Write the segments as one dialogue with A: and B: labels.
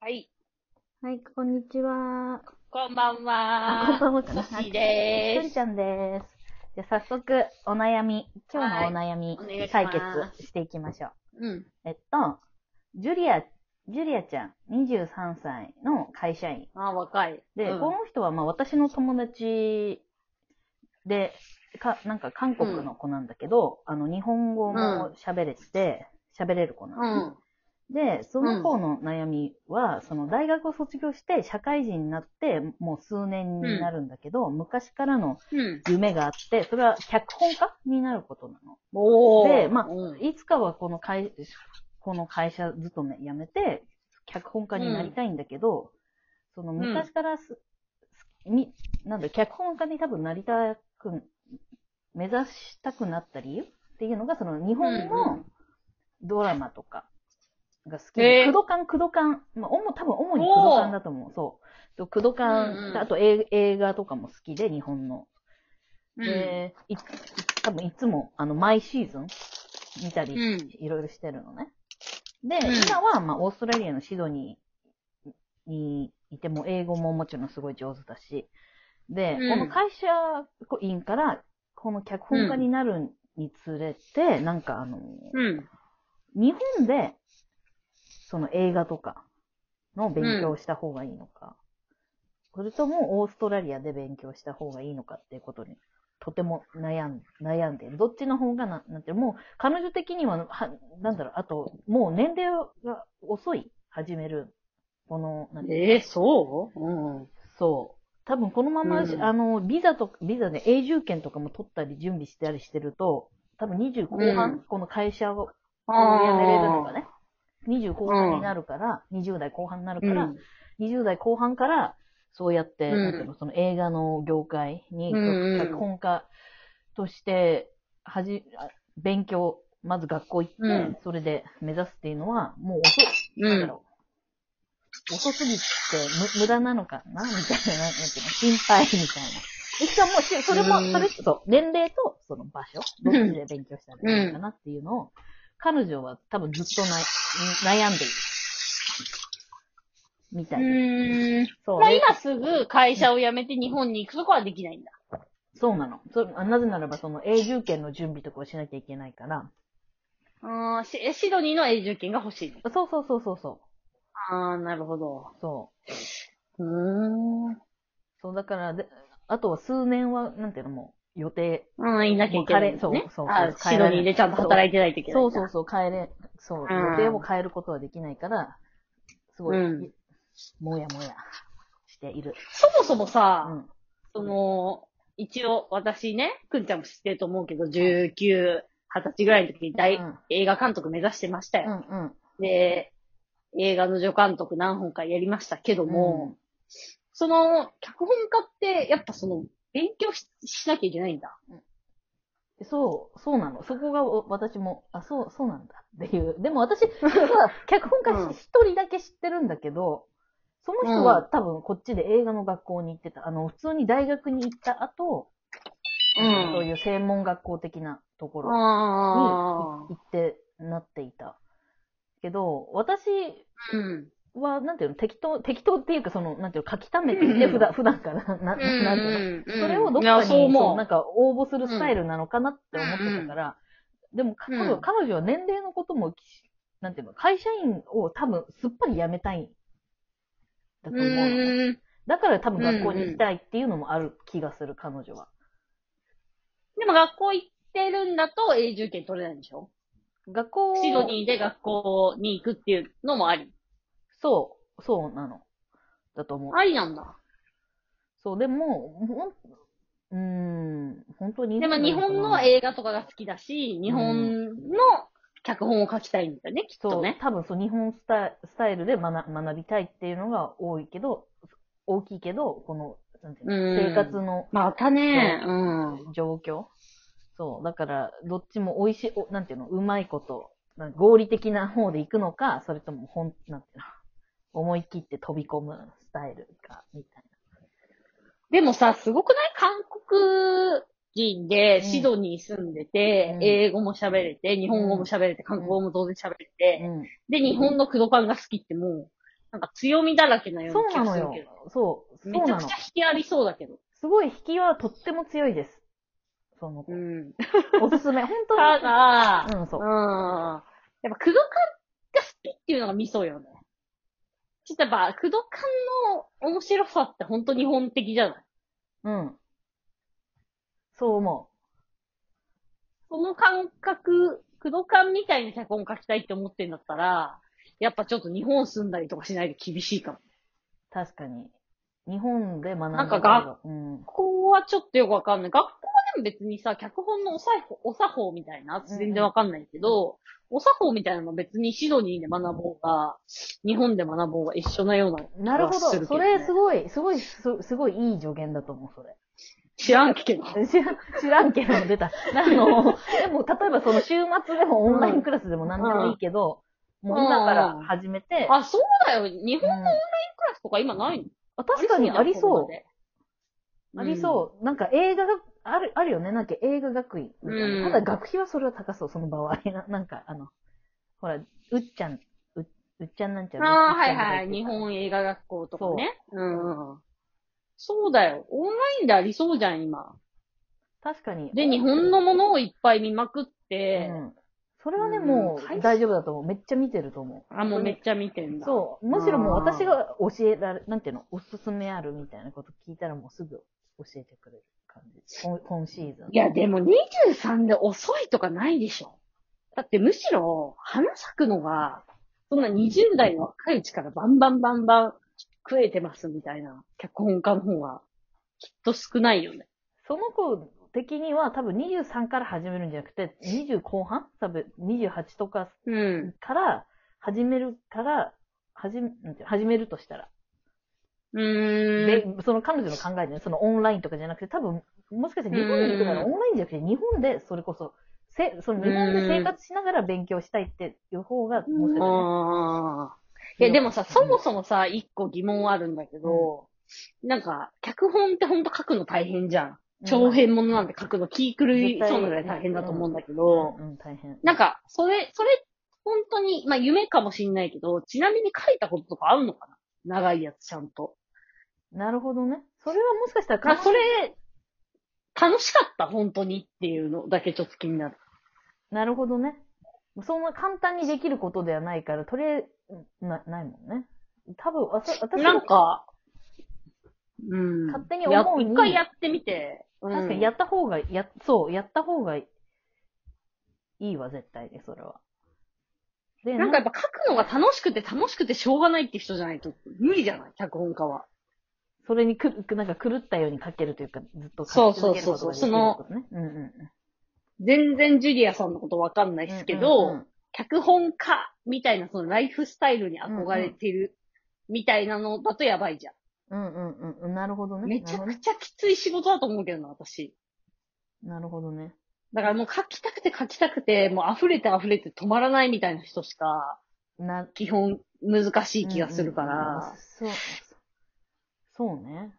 A: はい。
B: はい、こんにちは。
A: こんばんは。
B: あ、こんばんは。
A: コッシーで
B: とり
A: す。
B: ちゃんです。じゃあ早速、お悩み、今日のお悩み、
A: はいお願いし
B: 解
A: ま
B: 決していきましょう。
A: うん。
B: えっと、ジュリア、ジュリアちゃん、23歳の会社員。
A: あ、若い。
B: で、
A: うん
B: この人はまあ私の友達で、か、なんか韓国の子なんだけど、あの、日本語も喋れて、喋れる子な
A: う
B: の、
A: ん。
B: で、その子の悩みは、その大学を卒業して社会人になって、もう数年になるんだけど、昔からの
A: うん。
B: 夢があって、それは脚本家になることなの。
A: おー。
B: でまあ
A: うん
B: いつかはこの会、この会社勤め辞めて、脚本家になりたいんだけど、その昔からす、み、なんだ、脚本家に多分なりたく、目指したくなった理由っていうのが、その日本
A: う
B: の
A: ん
B: ドラマとかが好き
A: へ
B: で、
A: ー
B: クドカン、クドカン、まあ、主、多分主にク
A: おー
B: ドカンだと思う。そう。とクドカン、
A: うんうん
B: であと映映画とかも好きで、日本の。
A: うん。
B: で、い、多分いつも、あの、毎シーズン見たり
A: うん。
B: いろいろしてるのね。で、
A: うん
B: 今は、まあ、オーストラリアのシドニーにいても、英語ももちろんすごい上手だし、で、
A: うん
B: この会社員から、この脚本家になるにつれて、なんかあの、
A: うん。
B: 日本で、その映画とかの勉強をした方がいいのか、それともオーストラリアで勉強した方がいいのかっていうことに、とても悩ん悩んでる。どっちの方がな、なんていうのもう彼女的には、はなんだろう、あと、もう年齢が遅い、始める。この、なんていうの
A: えー、そううん。
B: そう。多分このまま、
A: うん
B: あの、ビザとか、ビザで永住権とかも取ったり準備したりしてると、多分20後半、
A: うん
B: この会社を
A: あ
B: や
A: ー
B: めれるのがね。20後半になるから、20代後半になる
A: う
B: から、
A: ん。
B: 20代後半から、そうやって、
A: うん
B: なんていうの、その映画の業界に、
A: うんうん
B: 脚本家として、はじ、あ勉強、まず学校行って、
A: うん
B: それで目指すっていうのは、もう遅い、
A: う
B: なんだ
A: ん。
B: ろう。遅すぎてむ、無駄なのかなみたいな、なんていうの、心配みたいな。しかも、しそれも、
A: うん
B: それそう、年齢と、その場所、どっちで勉強したらいいのかなっていうのを、彼女は多分ずっとな悩んでいる。みた
A: う
B: いな。
A: ーん。
B: そう
A: まあ、今すぐ会社を辞めて日本に行くとこはできないんだ。
B: そうなの。そあなぜならば、その永住権の準備とかをしなきゃいけないから。
A: うん。シシドニーの永住権が欲しいの。
B: そうそうそうそうそ
A: あー、なるほど
B: う。。そう。
A: うーん。
B: そう、だから、であとは数年は、なんていうのもう、予定。
A: うん、いなきゃいけないんだね。
B: もう彼そうそう
A: あ
B: そう
A: シドニーでちゃんと働いてないといけない
B: そ
A: ん
B: う
A: だ。
B: そうそう、変えれ、そう、
A: ん
B: 予定を変えることはできないから、すごい、
A: うん
B: もやもやしている。
A: そもそも
B: う
A: さ、
B: ん。
A: その、一応私ね、くんちゃんも知ってると思うけど、19、20歳ぐらいの時に大、
B: うん
A: 映画監督目指してました
B: う
A: よ、
B: んうん。
A: で、映画の助監督何本かやりましたけども、その、脚本家って、やっぱその、勉強ししなきゃいけないんだ。
B: そう、そうなの。そこがお私も、あ、そう、そうなんだっていう。でも私、実は脚本
A: うん
B: 家一人だけ知ってるんだけど、その人は多分こっちで映画の学校に行ってた。あの、普通に大学に行った
A: う
B: 後、そう
A: あ
B: いう専門学校的なところ
A: あ
B: 行って、なっていた。けど、私
A: ー。うん。
B: は、なんていうの、適当、適当っていうか、その、なんていうの、書き溜めてい
A: うんう
B: て、
A: ん
B: 普段、普段から、 な、ななんていうの。
A: うん
B: それをどっ
A: い
B: か
A: や
B: に、
A: そう
B: そ
A: 思
B: う、
A: う。
B: なんか応募するスタイルなのかなって思ってたから、でも、か多
A: うん
B: 分彼女は年齢のことも、なんていうの、会社員を多分すっぱり辞めたいんだと思うの。
A: うん。
B: だから多分学校に行きたいっていうのもある気がする、彼女は。
A: でも学校行ってるんだと永住権取れないんでしょ
B: 学校を
A: シドニーで学校に行くっていうのもあり。
B: そう、そうなの。だと思う。
A: ありなんだ。
B: そう、でも、ほん、うーん、本当に。
A: でも日本の映画とかが好きだし、日本の脚本を書きたいんだよね、きっ
B: そ
A: と
B: う、
A: ね。
B: 多分そう、日本スタイスタイルで学学びたいっていうのが多いけど、大きいけど、この、なんていうの
A: うん
B: 生活の
A: またね、うん。
B: 状況。そう、だから、どっちも美味しい、おなんていうの、うまいこと、なんか合理的な方で行くのか、それとも、ほん、なんていうの、思い切って飛び込むスタイルか、みたい
A: でもさ、すごくない韓国人で
B: うん
A: シドニーに住んでて、
B: うん
A: 英語も喋れて、日本語も喋れて、韓国語も当然喋れて、
B: な。うん。
A: で、日本のクドカンが好きってもう、なんか強みだらけなよう
B: そう
A: な気
B: な
A: が
B: の
A: する
B: よ
A: けど。。
B: そう、そう
A: めちゃ
B: な
A: く
B: の
A: ちゃ。引きありそうだけど。
B: すごい引きはとっても強いです。その子
A: う、ん。
B: おすすめ。本 当
A: た
B: に。
A: だ、
B: うん、そうう。
A: ん。やっぱ、クドカンが好きっていうのがミソよね。ちょっとやっぱ、クドカンの面白さって本当日本的じゃない
B: うん。そう思
A: その感覚、クドカンみたいな脚本書きたいって思ってんだったら、やっぱちょっと日本住んだりとかしないと厳しいかも。
B: う。確かに。日本で学んだ
A: なんか
B: こと
A: が
B: が、うん。
A: ここはちょっとよくわかんない。学校はでも別にさ、脚本のお作法、お作法みたいな、全然わかんないけど、お作法みたいなの別にシドニーで学ぼうが、日本で学ぼうが一緒なような気がするけどね、
B: なるほど。それすごい、すごい、すすごいいい助言だと思う、それ。
A: 知らんけど。
B: 知らん、知らんけど出た。あの、でも、例えばその週末でもオンラインクラスでも何でもいいけど、
A: ん
B: もう今から始め て、
A: あ、そうだよ。日
B: う
A: 本
B: ん
A: クラスとか今ないの
B: あ確かにありそう。あり
A: う
B: そう。なんか映画が、ある、あるよね。なんか映画学院みたいな。
A: うん
B: ただ学費はそれは高そう、その場合。ななんか、あの、ほら、うっちゃん、ううっちゃんなんち
A: だ
B: ゃ
A: よ。
B: ら
A: ああ、
B: うっ
A: は
B: ち
A: い
B: ゃんとか
A: は
B: 言
A: い。
B: って
A: 日
B: た
A: 本映画学校とかね。うんうん。そうだよ。オンラインでありそうじゃん、今。
B: 確かに。
A: で、日本のものをいっぱい見まくっ
B: う
A: て、
B: ん。それはね、
A: うん
B: も
A: 会
B: う
A: 社
B: 大丈夫だと思う。めっちゃ見てると思う。
A: あ、もうめっちゃ見てんだ。
B: そう。むしろもう
A: あー
B: 私が教えられ、なんていうの、おすすめあるみたいなこと聞いたらもうすぐ教えてくれる感じ。今今シーズン。
A: いや、でも23で遅いとかないでしょ。だってむしろ、花咲くのが、そんな20代の若いうちからバンバンバンバン食えてますみたいな、脚本家の方が、きっと少ないよね。
B: その子的には多分23から始めるんじゃなくて、20後半多分28とか
A: うん。
B: から始めるから、始め、なんていうの始めるとしたら。
A: うー
B: で
A: ん。、
B: その彼女の考えでね、そのオンラインとかじゃなくて、多分、もしかして日本に行くなら
A: う
B: オ
A: ん
B: ンラインじゃなくて、日本でそれこそ、せ、その日本で生活しながら勉強したいっていう方が、もしかしたらね
A: ああ。いや、でもさ、そもそもさ、一個疑問あるんだけど、なんか、脚本ってほんと書くの大変じゃん。長編ものなんて書くの気狂いそうなぐらい大変だと思うんだけ
B: う
A: ど、
B: ん、うん、大変。
A: なんか、それ、それ、本当に、まあ夢かもしんないけど、ちなみに書いたこととかあるのかな長いやつちゃんと。
B: なるほどね。それはもしかしたら、
A: あ、それ、楽しかった、本当にっていうのだけちょっと気になる。
B: なるほどね。そんな簡単にできることではないから、とりあえず、な、ないもんね。多分、わた私
A: な
B: が
A: んか、うん。
B: 勝手に思うに
A: や一回やってみて。うん
B: 確かにやった方が、や、そう、やった方がいいわ、絶対に、それは。で
A: なんかやっぱ書くのが楽しくて楽しくてしょうがないって人じゃないと無理じゃない脚本家は。
B: それにくる、なんか狂ったように書けるというか、ずっと
A: そ
B: 書
A: うそう
B: き続ける
A: そ
B: こ
A: う
B: と
A: そう
B: ができるってことね。うんうんうん。
A: 全然ジュリアさんのことわかんないですけど、
B: うんうんうん
A: 脚本家みたいなそのライフスタイルに憧れてるみたいなのだとやばいじゃん。
B: うんうんうんうん。なるほどね。
A: めちゃくちゃきつい仕事だと思うけどな、私。
B: なるほどね。
A: だからもう書きたくて書きたくて、もう溢れて溢れて止まらないみたいな人しか、
B: な、
A: 基本難しい気がするから、
B: うんうんうんそう。そうね。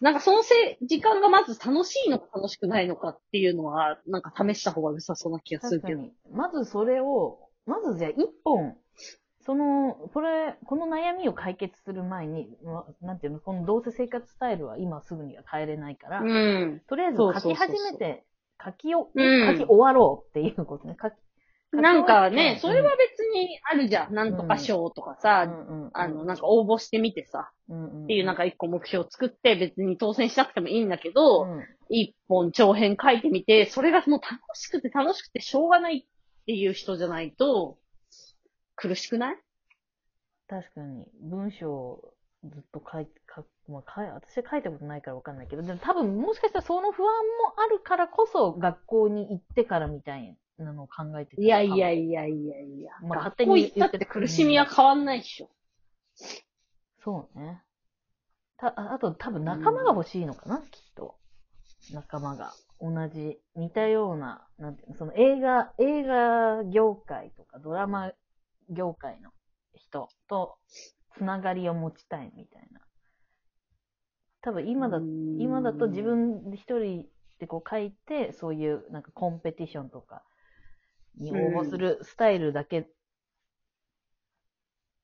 A: なんかそのせい、時間がまず楽しいのか楽しくないのかっていうのは、なんか試した方が良さそうな気がする
B: 確か
A: けど。
B: に。まずそれを、まずじゃあ一本、その、これ、この悩みを解決する前に、まなんていうの、このどうせ生活スタイルは今すぐには変えれないから、
A: うん。
B: とりあえず
A: そう
B: 書
A: そうそう
B: き始めて、書きを、
A: うん
B: 書き終わろうっていうことね。書き、書き終わっ
A: なんか
B: う
A: ね
B: ん、
A: それは別にあるじゃん。なんとか賞とかさ、
B: うんうん
A: あの、なんか応募してみてさ、
B: っ
A: っていうなん
B: か、
A: か一個目標を作って別に当選しなくてもいいんだけど、
B: うん
A: 一本長編書いてみて、それがもう楽しくて楽しくてしょうがないっていう人じゃないと、苦しくない
B: 確かに、文章をずっと書いて、書まあ、書い私は書いたことないからわかんないけど、でも多分もしかしたらその不安もあるからこそ学校に行ってからみたいなのを考えてた
A: いやいや
B: や。
A: いやいやいや。
B: まあ
A: 学校行ったって苦しみは変わんないっしょ。
B: そうね。た、ああと多分仲間が欲しいのかな、きっと。仲間が。同じ、似たような、なんていうの、その映画、映画業界とかドラマ業界の人とつながりを持ちたいみたいな。多分今だ
A: うーん
B: 今だと自、分で一人でこう書いて、そういうなんかコンペティションとかに応募するスタイルだけ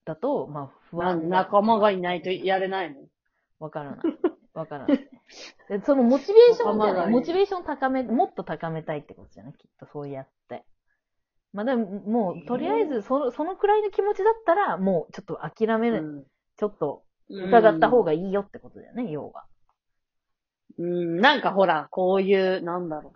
B: だと、まあ不
A: な
B: 安な。
A: 仲間がいないとやれないの。
B: わからない。わからない。でそのモチベーションじゃ
A: 仲間
B: な
A: が
B: い。
A: いい
B: モチベーション高め、もっと高めたいってことじゃないきっとそうやって。まあでも、もう、とりあえず、その、そのくらいの気持ちだったら、もう、ちょっと諦める、ちょっと、疑った
A: が。
B: 方がいいよってことだよね、要は。
A: うん、なんかほら、こういう、なんだろ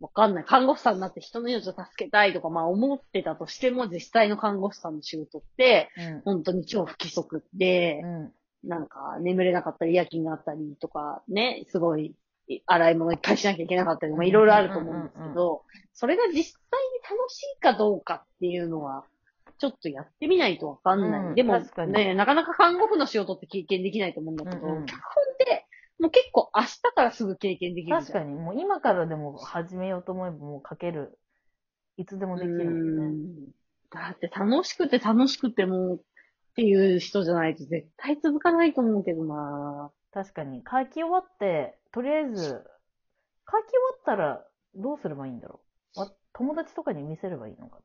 A: う。わかんない。看護師さんになって人の命を助けたいとか、まあ思ってたとしても、実際の看護師さんの仕事って、
B: う
A: 本当に超不規則で、
B: ん。うん。
A: なんか眠れなかったり、夜勤があったりとか、ね、すごい、い洗い物いっぱいしなきゃいけなかったりとか、
B: うん
A: いろいろあると思うんですけ
B: うんう
A: ど、それが実際に楽しいかどうかっていうのは、ちょっとやってみないとわかんない。
B: うん
A: でも
B: 確か、に
A: ね、なかなか看護婦の仕事って経験できないと思うんだけど、
B: うんうん
A: 脚本って、もう結構明日からすぐ経験できる
B: 確
A: じゃ
B: か
A: ん。
B: に、もう今からでも始めようと思えば、もう書ける。いつでもできるもんね。
A: うんだって楽しくて楽しくてもう、っていう人じゃないと絶対続かないと思うけどな
B: 確かに、書き終わって、とりあえず、書き終わったら、どうすればいいんだろう。わ友達とかに見せればいいのかな。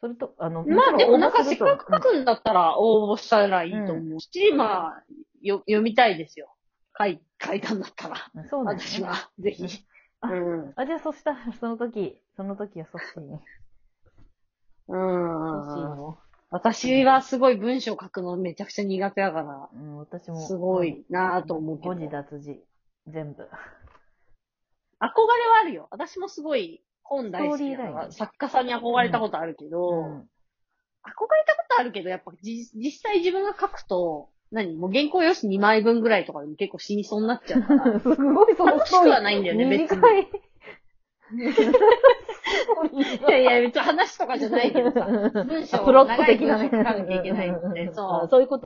B: それと、あの、
A: まあでも、なんかせっ
B: せ
A: かく書くんだったら応募したらいいと思うし、まあ、よ、読みたいですよ。書い、書いたんだったら。
B: そうなんで
A: 私
B: すね。
A: は、ぜひ。 うん。
B: あ、じゃあそしたら、その時、その時はソッ シーに。ソッシー
A: うん。
B: も。
A: 私はすごい文章書くのめちゃくちゃ苦手だか
B: うん、私
A: ら、
B: も。
A: すごいなぁと思うけど。
B: 誤字
A: 憧れは
B: 脱字。全部。
A: あるよ。私もすごい本大好きだか
B: ストーリーライ
A: ら、
B: ン
A: 作家さんに憧れたことあるけど、
B: うん。
A: 憧れたことあるけど、やっぱじ実際自分が書くと、何もう原稿用紙2枚分ぐらいとかでも結構死にそうになっちゃうから。
B: すごい、その
A: 楽しくはないんだよね別に
B: 短い。
A: いやい や、別に話とかじゃないけどさ、文章
B: プロ
A: を
B: ット
A: 長い
B: 的
A: 文章
B: な
A: 書
B: ね。
A: かなきゃいけないって、そう
B: あ。そういうこと